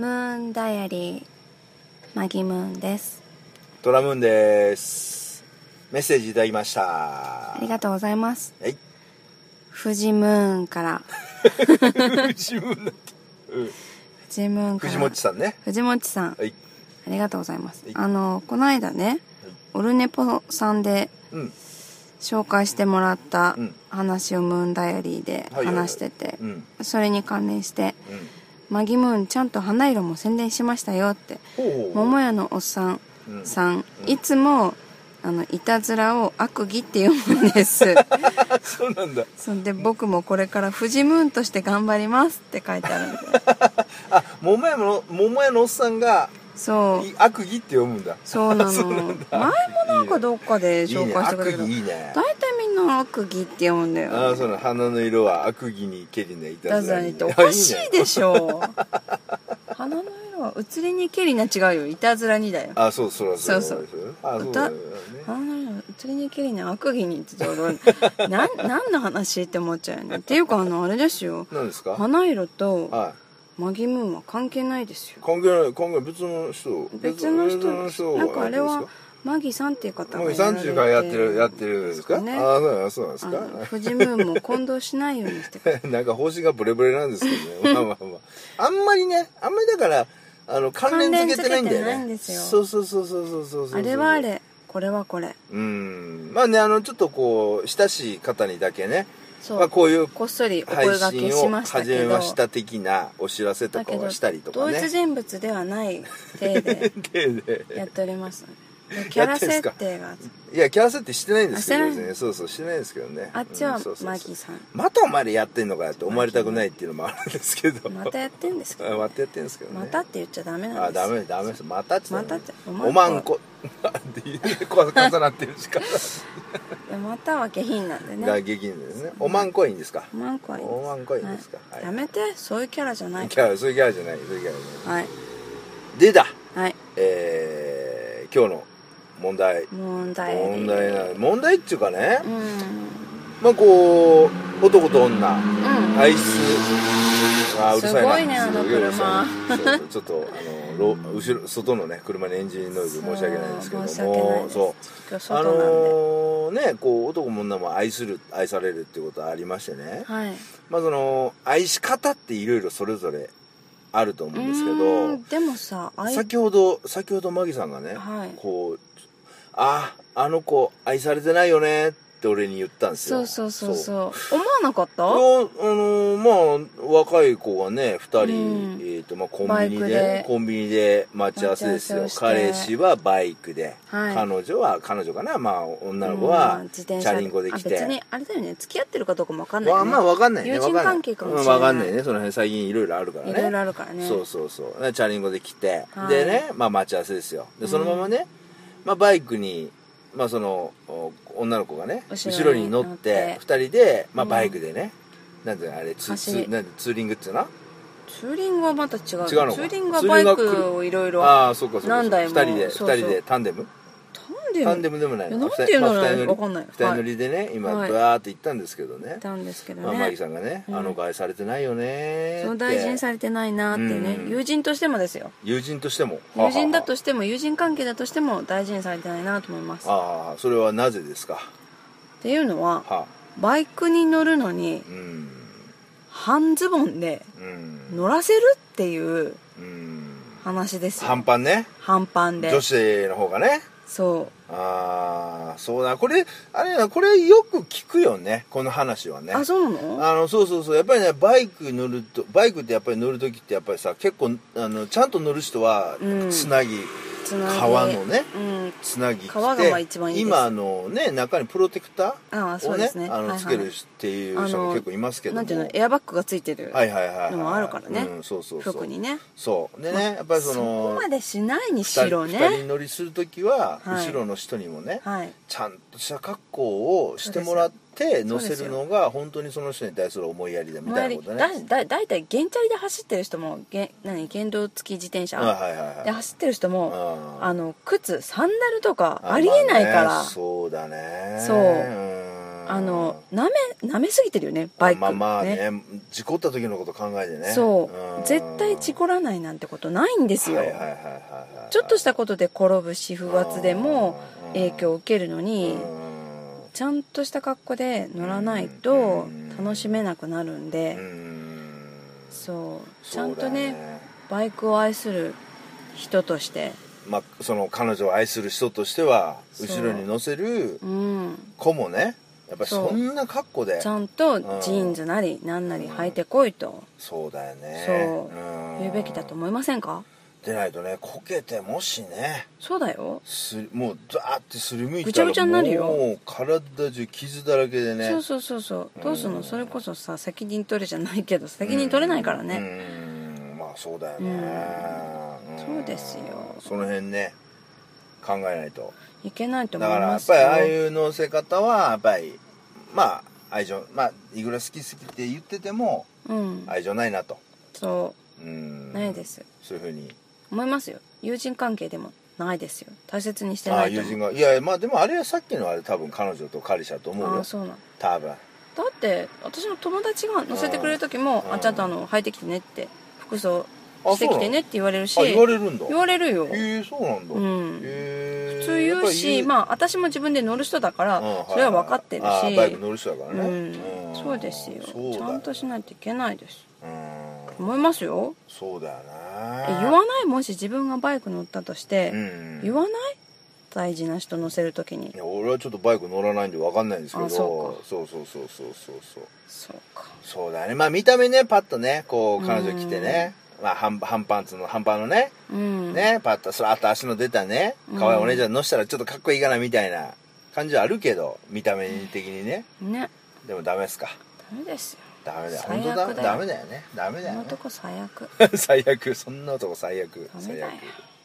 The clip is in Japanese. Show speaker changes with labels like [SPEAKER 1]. [SPEAKER 1] ンダイアリーマギムーンです
[SPEAKER 2] ドラムーンですメッセージいただきました
[SPEAKER 1] あ
[SPEAKER 2] は
[SPEAKER 1] りがとうございます
[SPEAKER 2] い
[SPEAKER 1] フジムーンから
[SPEAKER 2] 自分だったうん
[SPEAKER 1] フジムーンから
[SPEAKER 2] 藤本さんね
[SPEAKER 1] フジモッチさん
[SPEAKER 2] はい
[SPEAKER 1] ありがとうございます
[SPEAKER 2] はい
[SPEAKER 1] あのこの間ね
[SPEAKER 2] はい
[SPEAKER 1] オルネポさんで
[SPEAKER 2] うん
[SPEAKER 1] 紹介してもらった
[SPEAKER 2] うん
[SPEAKER 1] 話をムーンダイアリーで
[SPEAKER 2] はいはいはい
[SPEAKER 1] 話してて
[SPEAKER 2] うん
[SPEAKER 1] それに関連して
[SPEAKER 2] うん
[SPEAKER 1] マギムーンちゃんと花色も宣伝しましたよって
[SPEAKER 2] ほうほう
[SPEAKER 1] 桃屋のおっさん
[SPEAKER 2] うん
[SPEAKER 1] さんいつもあのいたずらを悪義って読むんです
[SPEAKER 2] あそうなんだ
[SPEAKER 1] そんで僕もこれからフジムーンとして頑張りますって書いてあるんで
[SPEAKER 2] あ桃屋の桃屋のおっさんが
[SPEAKER 1] そう
[SPEAKER 2] い悪義って読むんだ
[SPEAKER 1] そうなの
[SPEAKER 2] そうなんだ
[SPEAKER 1] 前もなんかどっかで
[SPEAKER 2] いい
[SPEAKER 1] 紹
[SPEAKER 2] ね
[SPEAKER 1] 介してくれた
[SPEAKER 2] 悪
[SPEAKER 1] けど
[SPEAKER 2] 義いいね
[SPEAKER 1] 大体みんな悪義って読むんだ
[SPEAKER 2] あ
[SPEAKER 1] よ
[SPEAKER 2] あそうなの花の色は悪義に蹴りねいた
[SPEAKER 1] ダ
[SPEAKER 2] ず
[SPEAKER 1] ズラ
[SPEAKER 2] ら
[SPEAKER 1] に
[SPEAKER 2] に
[SPEAKER 1] って
[SPEAKER 2] ね
[SPEAKER 1] おかし
[SPEAKER 2] あ
[SPEAKER 1] い
[SPEAKER 2] ね
[SPEAKER 1] でし ょ花の色は移りにけりな違うよいたずらにだよ
[SPEAKER 2] あそうそらそら
[SPEAKER 1] そう
[SPEAKER 2] そうあそうだよね
[SPEAKER 1] 花の色は移りにけりな悪義にってちょう どなん何の話って思っちゃうよねっていうかあのあれですよ
[SPEAKER 2] 何ですか
[SPEAKER 1] 花色と
[SPEAKER 2] はい
[SPEAKER 1] マギムーンは関係ないですよ
[SPEAKER 2] 関係ない関係ない別の人
[SPEAKER 1] 別の人
[SPEAKER 2] 別の人
[SPEAKER 1] なんかあれ
[SPEAKER 2] です
[SPEAKER 1] は
[SPEAKER 2] か
[SPEAKER 1] マギさんっていう方
[SPEAKER 2] も
[SPEAKER 1] が
[SPEAKER 2] う
[SPEAKER 1] やられ
[SPEAKER 2] 三
[SPEAKER 1] て
[SPEAKER 2] 十回やってるやってるんですか？
[SPEAKER 1] ね
[SPEAKER 2] ああそうなんですそうなん
[SPEAKER 1] あ
[SPEAKER 2] ですか
[SPEAKER 1] のフジムーンも混同しないようにしてください
[SPEAKER 2] なんか方針がブレブレなんですけどね。まあ まあまあ。あんまりね、あんまりだからあの関連付けてないんだよ
[SPEAKER 1] 関連付け
[SPEAKER 2] ね。
[SPEAKER 1] てないんですよ
[SPEAKER 2] そうそうそうそうそうそうそう。
[SPEAKER 1] あれはあ。れこれはこれ
[SPEAKER 2] うん。まあねあのちょっとこう親しい方にだけね、
[SPEAKER 1] そう、
[SPEAKER 2] まあこういう
[SPEAKER 1] こっそりお
[SPEAKER 2] 配
[SPEAKER 1] 声掛け
[SPEAKER 2] 信
[SPEAKER 1] し
[SPEAKER 2] を
[SPEAKER 1] ました
[SPEAKER 2] 始
[SPEAKER 1] け
[SPEAKER 2] め
[SPEAKER 1] ど
[SPEAKER 2] ました的なお知らせと
[SPEAKER 1] だ
[SPEAKER 2] か
[SPEAKER 1] けど
[SPEAKER 2] をしたりとか
[SPEAKER 1] 同一
[SPEAKER 2] ね。
[SPEAKER 1] 人物ではない体 で
[SPEAKER 2] でで
[SPEAKER 1] やっておりますのででキャラ設定が
[SPEAKER 2] いやキャラ設定してないんですけど
[SPEAKER 1] あしてな
[SPEAKER 2] ね。そうそうしてないんですけどね。
[SPEAKER 1] あっちは
[SPEAKER 2] うんそうそうそう
[SPEAKER 1] マギさん
[SPEAKER 2] またお前らやってんのかよって思われたくないっていうのもあるんですけど
[SPEAKER 1] またやってんですか、
[SPEAKER 2] あまたやってんですけどね
[SPEAKER 1] またって言っちゃダメなん
[SPEAKER 2] あ
[SPEAKER 1] ですよ
[SPEAKER 2] ダメダメですまたって言った
[SPEAKER 1] またっておまんこ
[SPEAKER 2] おまんこなんていうこ重なってるしか
[SPEAKER 1] いやまたは下品なんで
[SPEAKER 2] が
[SPEAKER 1] ね
[SPEAKER 2] 激んですねおまんこいいんですか
[SPEAKER 1] おまんこはいい
[SPEAKER 2] おまんこいいんですか
[SPEAKER 1] はい
[SPEAKER 2] は
[SPEAKER 1] や
[SPEAKER 2] い
[SPEAKER 1] めてそういうキャラじゃない
[SPEAKER 2] キャラそういうキャラじゃないそういうキャラじゃない
[SPEAKER 1] はい
[SPEAKER 2] でだ
[SPEAKER 1] はい
[SPEAKER 2] えー今日の問題
[SPEAKER 1] 問題
[SPEAKER 2] 問題な問題っていうかね
[SPEAKER 1] うん
[SPEAKER 2] まあこう男と女
[SPEAKER 1] うん
[SPEAKER 2] アイスあーうるさいな
[SPEAKER 1] すごいねあの車
[SPEAKER 2] すごいうるさいなそうちょっとあのろ後ろ外のね車のエンジンノイズ申し訳ないんですけども
[SPEAKER 1] 申し訳ないです
[SPEAKER 2] そう
[SPEAKER 1] 今日
[SPEAKER 2] あ
[SPEAKER 1] 外なんで、
[SPEAKER 2] のーねこう男も女も愛する愛されるっていうことはありましてね、
[SPEAKER 1] はい
[SPEAKER 2] まあその愛し方っていろいろそれぞれあると思うんですけ
[SPEAKER 1] うー
[SPEAKER 2] ど
[SPEAKER 1] んでもさあい
[SPEAKER 2] 先ほど先ほどマギさんがね、
[SPEAKER 1] はい
[SPEAKER 2] こう「ああの子愛されてないよね」って俺に言ったんです
[SPEAKER 1] そ
[SPEAKER 2] よ
[SPEAKER 1] うそうそうそう思わなかった
[SPEAKER 2] いやあのーまあ若い子がね
[SPEAKER 1] う
[SPEAKER 2] 2人、
[SPEAKER 1] ん
[SPEAKER 2] えーとまあ、コ
[SPEAKER 1] バ
[SPEAKER 2] ン
[SPEAKER 1] イ
[SPEAKER 2] ビ
[SPEAKER 1] ク
[SPEAKER 2] ニで
[SPEAKER 1] で
[SPEAKER 2] コンビニで待ち合わせですよ
[SPEAKER 1] 待ち合わせをして
[SPEAKER 2] 彼氏はバイクで、
[SPEAKER 1] はい
[SPEAKER 2] 彼女は彼女かなまあ女の子は
[SPEAKER 1] うん自
[SPEAKER 2] チ
[SPEAKER 1] 転車
[SPEAKER 2] ャリンコで来
[SPEAKER 1] あ別に
[SPEAKER 2] て、
[SPEAKER 1] あれだよね付き合ってるかどうかもわかんない、
[SPEAKER 2] ま
[SPEAKER 1] ね
[SPEAKER 2] あまあ分かんないね
[SPEAKER 1] 友人
[SPEAKER 2] わかん
[SPEAKER 1] 関係かもしれ
[SPEAKER 2] う
[SPEAKER 1] なんい
[SPEAKER 2] わかんないねその辺最近いろいろあるからね
[SPEAKER 1] いろいろあるからね
[SPEAKER 2] そうそうそうチャリンコで来て、
[SPEAKER 1] はい
[SPEAKER 2] でね、まあ、待ち合わせですよでそのままね、まあ、バイクに、まあ、そのお女の子がね
[SPEAKER 1] 後
[SPEAKER 2] 後
[SPEAKER 1] ろ
[SPEAKER 2] ろ
[SPEAKER 1] に
[SPEAKER 2] に乗っ
[SPEAKER 1] 乗って
[SPEAKER 2] て二人で、まあ、
[SPEAKER 1] うん
[SPEAKER 2] バイクでね、なんていうのあれツ
[SPEAKER 1] 走
[SPEAKER 2] ツ
[SPEAKER 1] り
[SPEAKER 2] なんてツーリングっていうの
[SPEAKER 1] ツーリングはまた違う
[SPEAKER 2] 違うのか
[SPEAKER 1] ツーリングはバイクをいろいろ
[SPEAKER 2] ああそうかそうか
[SPEAKER 1] 何台も
[SPEAKER 2] 二人で二
[SPEAKER 1] そうそう
[SPEAKER 2] 人でタンデム
[SPEAKER 1] なんで
[SPEAKER 2] タンデムでもない
[SPEAKER 1] いやなんていうの
[SPEAKER 2] まあ二人乗り
[SPEAKER 1] わかんない
[SPEAKER 2] 二人乗りでね今
[SPEAKER 1] はい
[SPEAKER 2] バーって行ったんですけどね、
[SPEAKER 1] たんですけど
[SPEAKER 2] まあ、
[SPEAKER 1] ね、
[SPEAKER 2] マギさんがね、
[SPEAKER 1] うん
[SPEAKER 2] あの子愛されてないよねーって
[SPEAKER 1] その大事にされてないなってね、
[SPEAKER 2] うん
[SPEAKER 1] 友人としてもですよ
[SPEAKER 2] 友人としても
[SPEAKER 1] 友人だとしても友人関係だとしても大事にされてないなと思いますっ
[SPEAKER 2] ああそれはなぜですか
[SPEAKER 1] ていうのは
[SPEAKER 2] はあ
[SPEAKER 1] バイクに乗るのに
[SPEAKER 2] うん
[SPEAKER 1] 半ズボンで
[SPEAKER 2] うん
[SPEAKER 1] 乗らせるっていう
[SPEAKER 2] うん
[SPEAKER 1] 話ですよ
[SPEAKER 2] 半端ね
[SPEAKER 1] 半パンで
[SPEAKER 2] 女子の方がね
[SPEAKER 1] そう
[SPEAKER 2] ああそうだこれあれだこれよく聞くよねこの話はね
[SPEAKER 1] あそうなの
[SPEAKER 2] あのそうそうそうやっぱりねバイク乗るとバイクってやっぱり乗る時ってやっぱりさ結構あのちゃんと乗る人は
[SPEAKER 1] うん
[SPEAKER 2] つなぎ、
[SPEAKER 1] つなぎ
[SPEAKER 2] 革のね
[SPEAKER 1] うん
[SPEAKER 2] つなぎ着て
[SPEAKER 1] 革がまあ一番いいです
[SPEAKER 2] 今あのね中にプロテクタ
[SPEAKER 1] ああ
[SPEAKER 2] ー
[SPEAKER 1] そ
[SPEAKER 2] を
[SPEAKER 1] う
[SPEAKER 2] ね
[SPEAKER 1] ですねは
[SPEAKER 2] あ
[SPEAKER 1] いは
[SPEAKER 2] の
[SPEAKER 1] い
[SPEAKER 2] つけるっていう人も結構いますけども
[SPEAKER 1] なんていうのエアバッグがついてる
[SPEAKER 2] はいはいはいはい
[SPEAKER 1] のもあるからね
[SPEAKER 2] うん、そうそうそう
[SPEAKER 1] 服にね
[SPEAKER 2] そうでね
[SPEAKER 1] まあ
[SPEAKER 2] やっぱりそ
[SPEAKER 1] そこ
[SPEAKER 2] の
[SPEAKER 1] までしないにし
[SPEAKER 2] 二人
[SPEAKER 1] ろ
[SPEAKER 2] 二
[SPEAKER 1] ね
[SPEAKER 2] 人乗りする時は
[SPEAKER 1] はい
[SPEAKER 2] 後ろの人にもね
[SPEAKER 1] はい
[SPEAKER 2] ちゃんとした格好をしてもらって乗せるのが本当にその人に対する思いやりだみたいなことね
[SPEAKER 1] 周りだだだいたい原チャリで走ってる人もげ何原動付き自転
[SPEAKER 2] あ
[SPEAKER 1] 車
[SPEAKER 2] はいはいはい
[SPEAKER 1] で走ってる人も
[SPEAKER 2] あ
[SPEAKER 1] あの靴サンダルとかありえないか
[SPEAKER 2] ま
[SPEAKER 1] ら
[SPEAKER 2] あねそうだね
[SPEAKER 1] そう
[SPEAKER 2] うん
[SPEAKER 1] あのなめなめすぎてるよねバイク
[SPEAKER 2] まあまあね事故った時のこと考えてね
[SPEAKER 1] そう絶対事故らないなんてことないんですよちょっとしたことで転ぶし不発でも影響を受けるのにちゃんとした格好で乗らないと楽しめなくなるんでそうちゃんとねバイクを愛する人として
[SPEAKER 2] まあ、その彼女を愛する人としては後ろに乗せる子もねやっぱりそんな格好で
[SPEAKER 1] ちゃんとジーンズなりなんなり履いてこいと、
[SPEAKER 2] そうだよね
[SPEAKER 1] そう言うべきだと思いませんか
[SPEAKER 2] でないとねこけてもしね
[SPEAKER 1] そうだよ
[SPEAKER 2] すもうザーってすりむい
[SPEAKER 1] ぐちゃぐちゃになるよ
[SPEAKER 2] もう体中傷だらけでね
[SPEAKER 1] そうそうそうそうどうすんのそれこそさ責任取れじゃないけど責任取れないからね
[SPEAKER 2] うんまあそうだよね、
[SPEAKER 1] そうですよ
[SPEAKER 2] その辺ね考えないと
[SPEAKER 1] いけないと
[SPEAKER 2] だ
[SPEAKER 1] 思い
[SPEAKER 2] からや
[SPEAKER 1] ま
[SPEAKER 2] っ
[SPEAKER 1] す
[SPEAKER 2] ぱ
[SPEAKER 1] よ
[SPEAKER 2] りああいう乗せ方はやっぱりまあ愛情まあいくら好き好きって言ってても
[SPEAKER 1] うん
[SPEAKER 2] 愛情ないなと
[SPEAKER 1] そううんないです
[SPEAKER 2] そういうふうに
[SPEAKER 1] 思いますよ友人関係でもないですよ大切にして
[SPEAKER 2] あ
[SPEAKER 1] な
[SPEAKER 2] あ
[SPEAKER 1] いと
[SPEAKER 2] 友
[SPEAKER 1] 思
[SPEAKER 2] 人
[SPEAKER 1] う
[SPEAKER 2] がいやまあでもあれはさっきのあれ多分彼女と彼氏だと思う
[SPEAKER 1] あ
[SPEAKER 2] よ
[SPEAKER 1] あそうなんだ
[SPEAKER 2] 多分
[SPEAKER 1] って私の友達が乗せてくれる時も「
[SPEAKER 2] うん
[SPEAKER 1] あちゃんとあの履いてきてね」って服装
[SPEAKER 2] あ
[SPEAKER 1] してきてねって言われるし
[SPEAKER 2] あ言われるんだ
[SPEAKER 1] 言われるよ
[SPEAKER 2] ええそうなんだ、
[SPEAKER 1] う
[SPEAKER 2] へ
[SPEAKER 1] ん
[SPEAKER 2] え
[SPEAKER 1] 普通言うしまあ私も自分で乗る人だからそれは分かってる
[SPEAKER 2] あバイ
[SPEAKER 1] し
[SPEAKER 2] ク乗る人だか
[SPEAKER 1] う
[SPEAKER 2] らね、
[SPEAKER 1] んそうですよ
[SPEAKER 2] そうだ
[SPEAKER 1] ちゃんとしないといけないです
[SPEAKER 2] うん
[SPEAKER 1] 思いますよ
[SPEAKER 2] そうだよね
[SPEAKER 1] え言わないもし自分がバイク乗ったとして、
[SPEAKER 2] うん
[SPEAKER 1] 言わない大事な人乗せるときに
[SPEAKER 2] いや俺はちょっとバイク乗らないんで分かんないんですけど
[SPEAKER 1] あそう
[SPEAKER 2] そうそうそうそうそうそう
[SPEAKER 1] そうか
[SPEAKER 2] そうだねまあ見た目ねパッとねこう彼女着てね、まあ、半半パンツの半パンのね、
[SPEAKER 1] うん
[SPEAKER 2] ねパッとスラッと足の出たね可愛いお姉ちゃん乗したらちょっとかっこいいかなみたいな感じはあるけど見た目的にね
[SPEAKER 1] ね
[SPEAKER 2] でもダメですか
[SPEAKER 1] ダメですよ
[SPEAKER 2] ダメだよ
[SPEAKER 1] 最
[SPEAKER 2] 本
[SPEAKER 1] 悪
[SPEAKER 2] 当だ
[SPEAKER 1] だよ
[SPEAKER 2] ダメだよねダメだ
[SPEAKER 1] こ
[SPEAKER 2] よ
[SPEAKER 1] の
[SPEAKER 2] ね
[SPEAKER 1] 男最悪
[SPEAKER 2] 最悪そんな男最悪
[SPEAKER 1] ダメ
[SPEAKER 2] 最
[SPEAKER 1] だよ
[SPEAKER 2] 悪